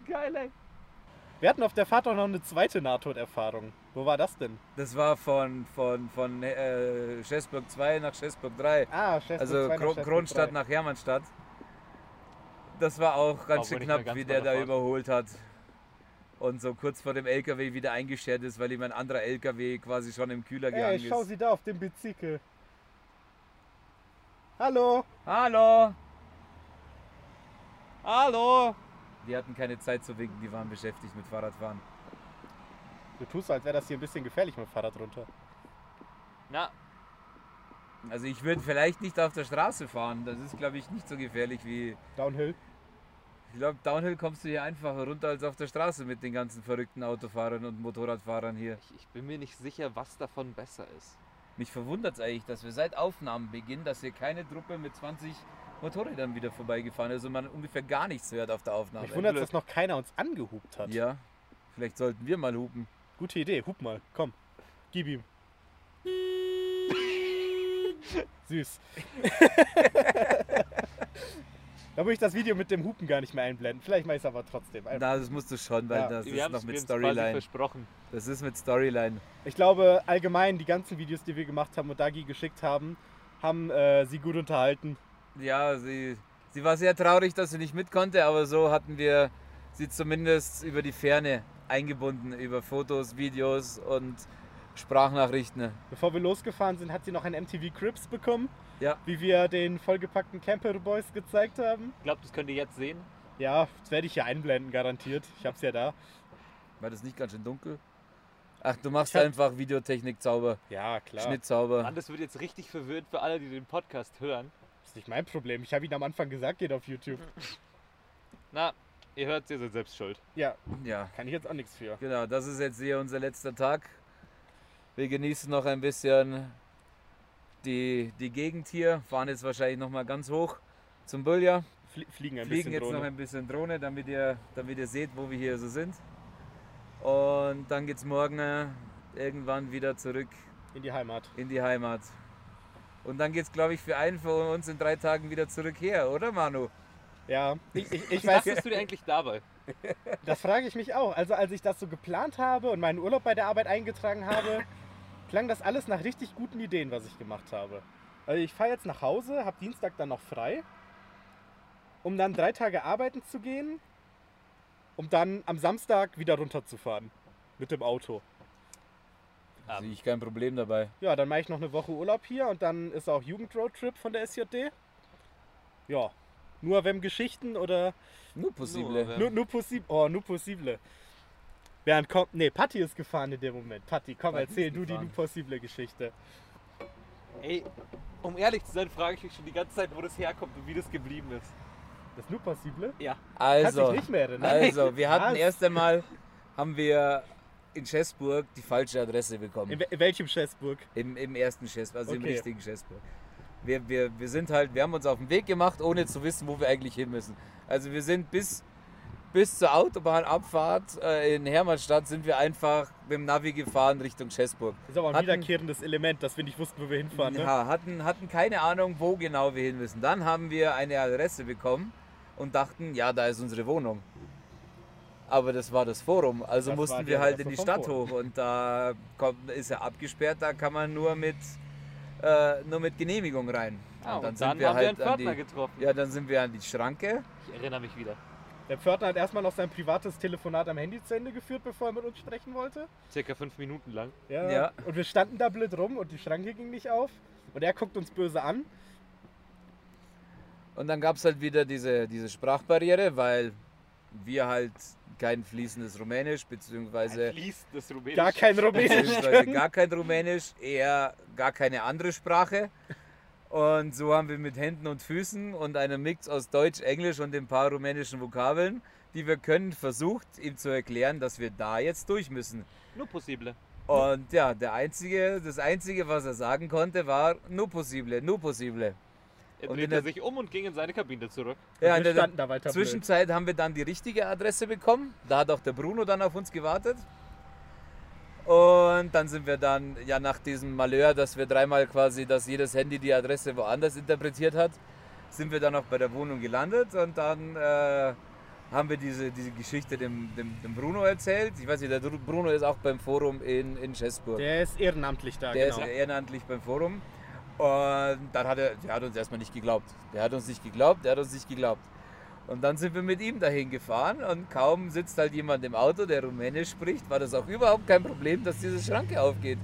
S2: Geil, ey.
S3: Wir hatten auf der Fahrt auch noch eine zweite Nahtoderfahrung. Wo war das denn?
S4: Das war von, von, von äh, Schäßburg 2 nach Schäßburg 3.
S3: Ah, Schäfer
S4: Also Kro Kronstadt nach Hermannstadt. Das war auch ganz
S2: Obwohl
S4: schön
S2: nicht mehr
S4: knapp,
S2: ganz
S4: wie der
S2: bei
S4: da
S2: der Fahrt.
S4: überholt hat. Und so kurz vor dem LKW wieder eingeschert ist, weil ihm ein anderer LKW quasi schon im Kühler
S3: Ey,
S4: gegangen
S3: schau
S4: ist.
S3: sie da auf dem Bezikel. Hallo!
S4: Hallo!
S2: Hallo!
S4: Die hatten keine Zeit zu winken, die waren beschäftigt mit Fahrradfahren.
S3: Du tust so, als wäre das hier ein bisschen gefährlich mit dem Fahrrad runter.
S2: Na,
S4: Also ich würde vielleicht nicht auf der Straße fahren. Das ist, glaube ich, nicht so gefährlich wie.
S3: Downhill.
S4: Ich glaube, Downhill kommst du hier einfacher runter als auf der Straße mit den ganzen verrückten Autofahrern und Motorradfahrern hier.
S2: ich, ich bin mir nicht sicher, was davon besser ist.
S4: Mich verwundert es eigentlich, dass wir seit Aufnahmenbeginn, dass hier keine Truppe mit 20 Motorrädern wieder vorbeigefahren ist und man ungefähr gar nichts hört auf der Aufnahme.
S3: Mich wundert, dass noch keiner uns angehupt hat.
S4: Ja, vielleicht sollten wir mal hupen.
S3: Gute Idee, hup mal, komm. Gib
S4: [laughs]
S3: ihm. Süß. [laughs] da muss ich das Video mit dem Hupen gar nicht mehr einblenden. Vielleicht mache ich es aber trotzdem.
S4: Na, das musst du schon, weil
S3: Äh, Ja.
S4: das
S2: wir
S4: ist
S2: haben
S4: noch
S2: es
S4: mit
S2: uns quasi
S4: Storyline.
S2: versprochen.
S4: Das ist mit Storyline.
S3: Ich glaube, allgemein die ganzen Videos, die wir gemacht haben und Dagi geschickt haben, haben äh, sie gut unterhalten.
S4: Ja, sie, sie war sehr traurig, dass sie nicht mit konnte, aber so hatten wir sie zumindest über die Ferne eingebunden, über Fotos, Videos und Sprachnachrichten.
S3: Bevor wir losgefahren sind, hat sie noch ein MTV Crips bekommen.
S4: Ja.
S3: Wie wir den vollgepackten Camper Boys gezeigt haben.
S2: Ich glaube, das könnt ihr jetzt sehen.
S3: Ja, das werde ich hier einblenden, garantiert. Ich hab's ja da.
S4: War das nicht ganz schön dunkel? Ach, du machst
S3: Ich hab-
S4: einfach Videotechnik-Zauber,
S3: Ja, klar.
S4: Schnittzauber.
S2: Mann, das wird jetzt richtig verwirrend für alle, die den Podcast hören.
S3: Das ist nicht mein Problem. Ich habe ihn am Anfang gesagt, geht auf YouTube.
S2: Na, ihr hört, ihr seid selbst schuld.
S3: Ja,
S4: Ja,
S3: kann ich jetzt auch nichts für.
S4: genau. Das ist jetzt hier unser letzter Tag. Wir genießen noch ein bisschen die, die Gegend hier, fahren jetzt wahrscheinlich nochmal ganz hoch zum Bölja,
S3: Flie fliegen ein
S4: fliegen
S3: bisschen
S4: jetzt
S3: Drohne.
S4: noch ein bisschen Drohne, damit ihr, damit ihr seht, wo wir hier so sind. Und dann geht's morgen äh, irgendwann wieder zurück
S3: in die Heimat.
S4: in die Heimat. Und dann geht's, glaube ich, für einen von uns in drei Tagen wieder zurück her, oder Manu?
S3: Ja, ich, ich, ich
S2: Was
S3: weiß,
S2: bist du dir eigentlich dabei?
S3: das frage ich mich auch. Also als ich das so geplant habe und meinen Urlaub bei der Arbeit eingetragen habe, klang das alles nach richtig guten Ideen, was ich gemacht habe. Also ich fahre jetzt nach Hause, habe Dienstag dann noch frei, um dann drei Tage arbeiten zu gehen um dann am Samstag wieder runterzufahren mit dem Auto.
S2: Ah.
S4: Sehe ich kein Problem dabei.
S3: Ja, dann mache ich noch eine Woche Urlaub hier und dann ist auch Jugendroadtrip von der SJD. Ja, nur wenn Geschichten oder
S4: Nur possible.
S2: Nur,
S3: nur, nur possible. Oh, nur possible. Bernd kommt. Nee, Patti ist gefahren in dem Moment. Patti, komm,
S4: Patti ist
S3: erzähl du die
S4: gefahren.
S3: nur possible Geschichte.
S2: Ey, um ehrlich zu sein, frage ich mich schon die ganze Zeit, wo das herkommt und wie das geblieben ist.
S3: Das nur possible?
S2: Ja.
S3: Kannst
S4: Also,
S3: dich nicht mehr erinnern.
S4: also, wir hatten
S3: Was?
S4: erst einmal, haben wir in Schäßburg die falsche Adresse bekommen.
S3: In, we- in welchem Schäßburg?
S4: Im, im ersten Chessboard, also im
S3: Okay.
S4: richtigen Chessboard. Wir, wir, wir sind halt, wir haben uns auf den Weg gemacht, ohne zu wissen, wo wir eigentlich hin müssen. Also wir sind bis, bis zur Autobahnabfahrt äh, in Hermannstadt sind wir einfach mit dem Navi gefahren Richtung Chessburg.
S3: Das ist aber ein
S4: Hatten-
S3: wiederkehrendes Element, dass wir nicht wussten, wo wir hinfahren. Ne?
S4: Ja, hatten, hatten keine Ahnung, wo genau wir hin müssen. Dann haben wir eine Adresse bekommen und dachten, ja, da ist unsere Wohnung. Aber das war das Forum,
S3: Das
S4: also
S3: war
S4: mussten
S3: die
S4: wir halt
S3: Adresse
S4: in die
S3: vom
S4: Stadt
S3: Forum.
S4: hoch und da kommt, ist ja abgesperrt, da kann man nur mit, äh, nur mit Genehmigung rein.
S2: Ah, und dann, haben wir einen
S4: halt an
S2: Pförtner
S4: die,
S2: getroffen.
S4: ja, dann sind wir an die Schranke.
S2: Ich erinnere mich wieder.
S3: Der Pförtner hat erstmal noch sein privates Telefonat am Handy zu Ende geführt, bevor er mit uns sprechen wollte.
S2: Circa fünf Minuten lang.
S3: Ja.
S4: Ja.
S3: Und wir standen da blöd rum und die Schranke ging nicht auf. Und er guckt uns böse an.
S4: Und dann gab es halt wieder diese, diese Sprachbarriere, weil wir halt kein fließendes Rumänisch bzw.
S2: Ein fließendes Rumänisch.
S3: Also Gar
S4: [laughs]
S3: kein Rumänisch.
S4: beziehungsweise gar kein Rumänisch, eher gar keine andere Sprache. Und so haben wir mit Händen und Füßen und einem Mix aus Deutsch, Englisch und ein paar rumänischen Vokabeln, die wir können, versucht, ihm zu erklären, dass wir da jetzt durch müssen.
S2: Nur possible.
S4: Und ja, der einzige, das Einzige, was er sagen konnte, war nur possible, nur possible.
S2: Er
S4: Und in
S2: drehte
S4: der-
S2: sich um und ging in seine Kabine zurück.
S4: Ja,
S3: wir
S4: in der-
S3: standen da weiter blöd.
S4: Zwischenzeit haben wir dann die richtige Adresse bekommen. Da hat auch der Bruno dann auf uns gewartet. Und dann sind wir dann, ja, nach diesem Malheur, dass wir dreimal quasi, dass jedes Handy die Adresse woanders interpretiert hat, sind wir dann auch bei der Wohnung gelandet und dann äh, haben wir diese, diese Geschichte dem, dem, dem Bruno erzählt. Ich weiß nicht, der Dru- Bruno ist auch beim Forum in, in Schäßburg.
S3: Der ist ehrenamtlich da,
S4: Der
S3: genau.
S4: ist ehrenamtlich beim Forum. Und dann hat er, der hat uns erstmal nicht geglaubt. Der hat uns nicht geglaubt, der hat uns nicht geglaubt. Und dann sind wir mit ihm dahin gefahren und kaum sitzt halt jemand im Auto, der Rumänisch spricht, war das auch überhaupt kein Problem, dass diese Schranke aufgeht.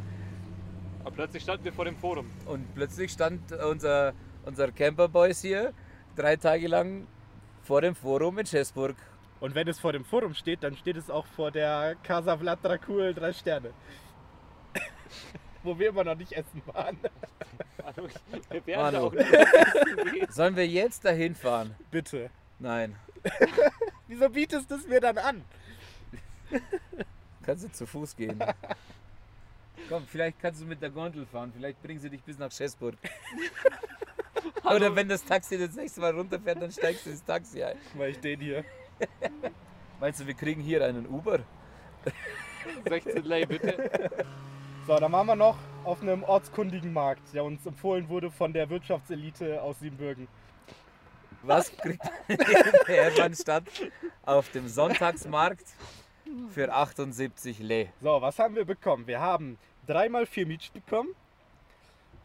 S2: Aber plötzlich standen wir vor dem Forum. [laughs]
S4: Und plötzlich stand unser, unser Camperboys hier drei Tage lang vor dem Forum in Schäßburg.
S3: Und wenn es vor dem Forum steht, dann steht es auch vor der Casa Vlad Dracul drei Sterne. [laughs] Wo wir immer noch nicht essen waren.
S2: Manu, Also, Wir wären da
S4: Manu.
S2: auch nicht gewesen.
S4: Sollen wir jetzt dahin fahren?
S3: Bitte.
S4: Nein.
S3: Wieso bietest du es mir dann an?
S4: Kannst du zu Fuß gehen? [laughs] Komm, vielleicht kannst du mit der Gondel fahren. Vielleicht bringen sie dich bis nach Schäßburg. [laughs] Oder wenn das Taxi das nächste Mal runterfährt, dann steigst du ins Taxi ein.
S3: Weil ich den hier.
S4: [laughs] Meinst du, wir kriegen hier einen Uber?
S2: 16 Lay, bitte.
S3: So, dann waren wir noch auf einem ortskundigen Markt, der uns empfohlen wurde von der Wirtschaftselite aus Siebenbürgen.
S4: Was kriegt [laughs] der Hermannstadt auf dem Sonntagsmarkt für 78 Le?
S3: So, was haben wir bekommen? Wir haben dreimal vier Mietsch bekommen.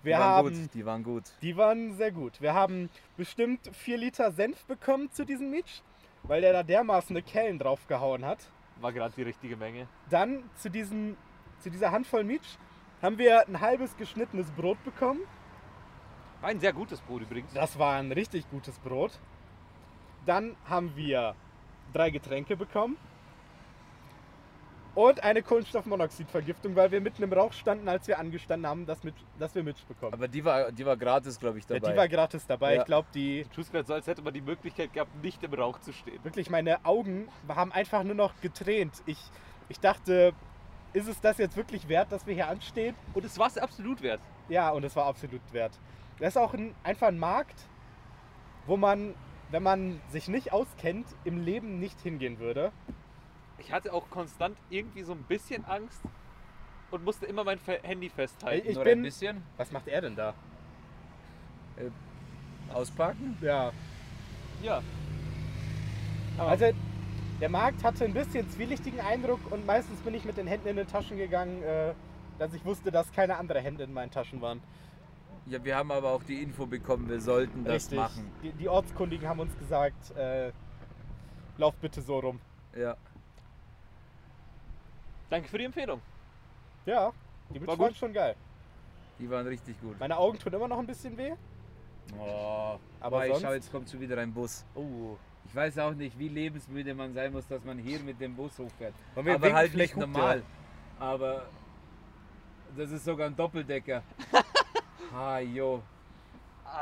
S4: Die
S3: Wir
S4: waren
S3: haben.
S4: gut, die waren gut.
S3: Die waren sehr gut. Wir haben bestimmt vier Liter Senf bekommen zu diesem Mietsch, weil der da dermaßen eine Kellen draufgehauen hat.
S2: War gerade die richtige Menge.
S3: Dann zu, diesem, zu dieser Handvoll Mietsch haben wir ein halbes geschnittenes Brot bekommen.
S2: War ein sehr gutes Brot übrigens.
S3: Das war ein richtig gutes Brot. Dann haben wir drei Getränke bekommen. Und eine Kohlenstoffmonoxidvergiftung, weil wir mitten im Rauch standen, als wir angestanden haben, dass, mit, dass wir Mitch bekommen.
S4: Aber die war, die war gratis, glaube ich,
S3: Ja,
S4: dabei.
S3: die war gratis dabei.
S4: Ja.
S3: Ich glaube, die.
S2: Tust gerade so, als hätte man die Möglichkeit gehabt, nicht im Rauch zu stehen.
S3: Wirklich, meine Augen haben einfach nur noch getränt. Ich, ich dachte, ist es das jetzt wirklich wert, dass wir hier anstehen?
S2: Und es war es absolut wert.
S3: Ja, und es war absolut wert. Das ist auch ein, einfach ein Markt, wo man, wenn man sich nicht auskennt, im Leben nicht hingehen würde.
S2: Ich hatte auch konstant irgendwie so ein bisschen Angst und musste immer mein Fe- Handy festhalten.
S3: Ich
S4: Nur ein
S3: bin-
S4: bisschen
S3: Was macht er denn da?
S4: auspacken.
S3: Ja.
S2: Ja. Aber
S3: Also, der Markt hatte ein bisschen zwielichtigen Eindruck und meistens bin ich mit den Händen in den Taschen gegangen, äh, dass ich wusste, dass keine anderen Hände in meinen Taschen waren.
S4: Ja, wir haben aber auch die Info bekommen, wir sollten das machen.
S3: Die, die Ortskundigen haben uns gesagt, äh, lauf bitte so rum.
S4: Ja.
S2: Danke für die Empfehlung.
S3: Ja, die Witze
S2: War
S3: waren
S2: gut.
S3: schon geil.
S4: Die waren richtig gut.
S3: Meine Augen tun immer noch ein bisschen weh,
S4: Oh,
S3: aber
S4: ich schau,
S3: sonst...
S4: jetzt kommt schon wieder ein Bus.
S3: Oh.
S4: Ich weiß auch nicht, wie lebensmüde man sein muss, dass man hier mit dem Bus hochfährt.
S3: Wollen wir
S4: Aber
S3: winken?
S4: halt
S3: Vielleicht
S4: nicht
S3: guckt
S4: normal. Aber das ist sogar
S3: [laughs]
S4: ein Doppeldecker. ah, jo.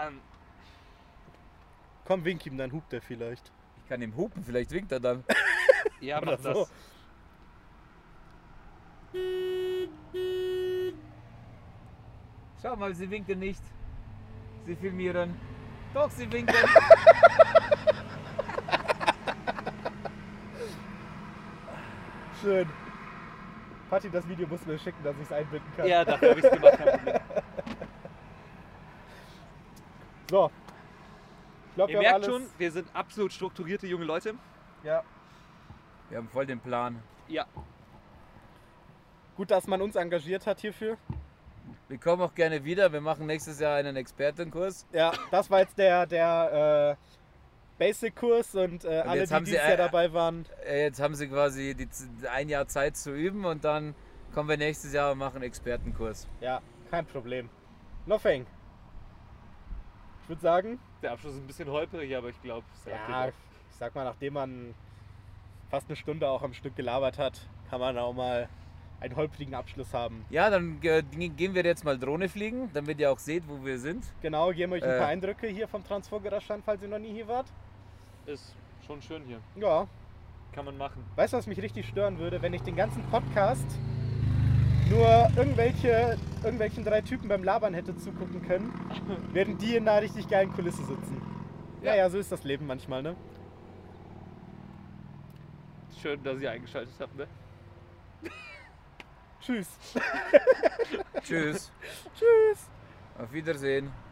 S2: Ähm,
S3: Komm, wink ihm, dann hupt er vielleicht.
S4: Ich kann ihm hupen, vielleicht winkt er dann.
S2: ja,
S3: Oder
S2: mach das.
S3: so.
S4: Schau mal, sie winken nicht. Sie filmieren. Doch, sie
S3: [laughs]
S4: winken.
S3: Schön. Patti, das Video muss mir schicken, dass ich es einbinden kann.
S2: Ja, dafür habe ich es
S3: [laughs]
S2: gemacht. kein Problem.
S3: So. Ich glaube,
S2: Ihr
S3: wir haben
S2: merkt
S3: alles...
S2: schon, wir sind absolut strukturierte junge Leute.
S3: Ja.
S4: Wir haben voll den Plan.
S2: Ja,
S3: Gut, dass man uns engagiert hat hierfür.
S4: Wir kommen auch gerne wieder. Wir machen nächstes Jahr einen Expertenkurs.
S3: Ja, das war jetzt der, der äh, Basic-Kurs und äh, alle,
S4: jetzt
S3: die
S4: haben
S3: dieses
S4: sie,
S3: Jahr
S4: äh,
S3: dabei waren,
S4: Äh, Jetzt haben sie quasi die, Z- ein Jahr Zeit zu üben und dann kommen wir nächstes Jahr und machen einen Expertenkurs.
S3: ja, kein Problem. Nothing. Ich würde sagen,
S2: der Abschluss ist ein bisschen holperig, aber ich glaube, es reicht
S3: ja,
S2: jetzt
S3: ich sag mal, nachdem man fast eine Stunde auch am Stück gelabert hat, kann man auch mal einen holprigen Abschluss haben.
S4: Ja, dann ge- gehen wir jetzt mal Drohne fliegen, damit ihr auch seht, wo wir sind.
S3: Genau, geben euch ein
S4: Äh.
S3: paar Eindrücke hier vom Transvorgeräuschstand, falls ihr noch nie hier wart.
S2: auch. Ist schon schön hier.
S3: Ja,
S2: Kann man machen.
S3: Weißt du, was mich richtig stören würde, wenn ich den ganzen Podcast nur irgendwelche, irgendwelchen drei Typen beim Labern hätte zugucken können, während die in einer richtig geilen Kulisse sitzen.
S2: Ja.
S3: Ja. Naja, so ist das Leben manchmal, ne?
S2: Schön, dass ihr eingeschaltet habt, ne?
S3: Tschüss.
S4: Tschüss.
S3: Tschüss.
S4: Auf Wiedersehen.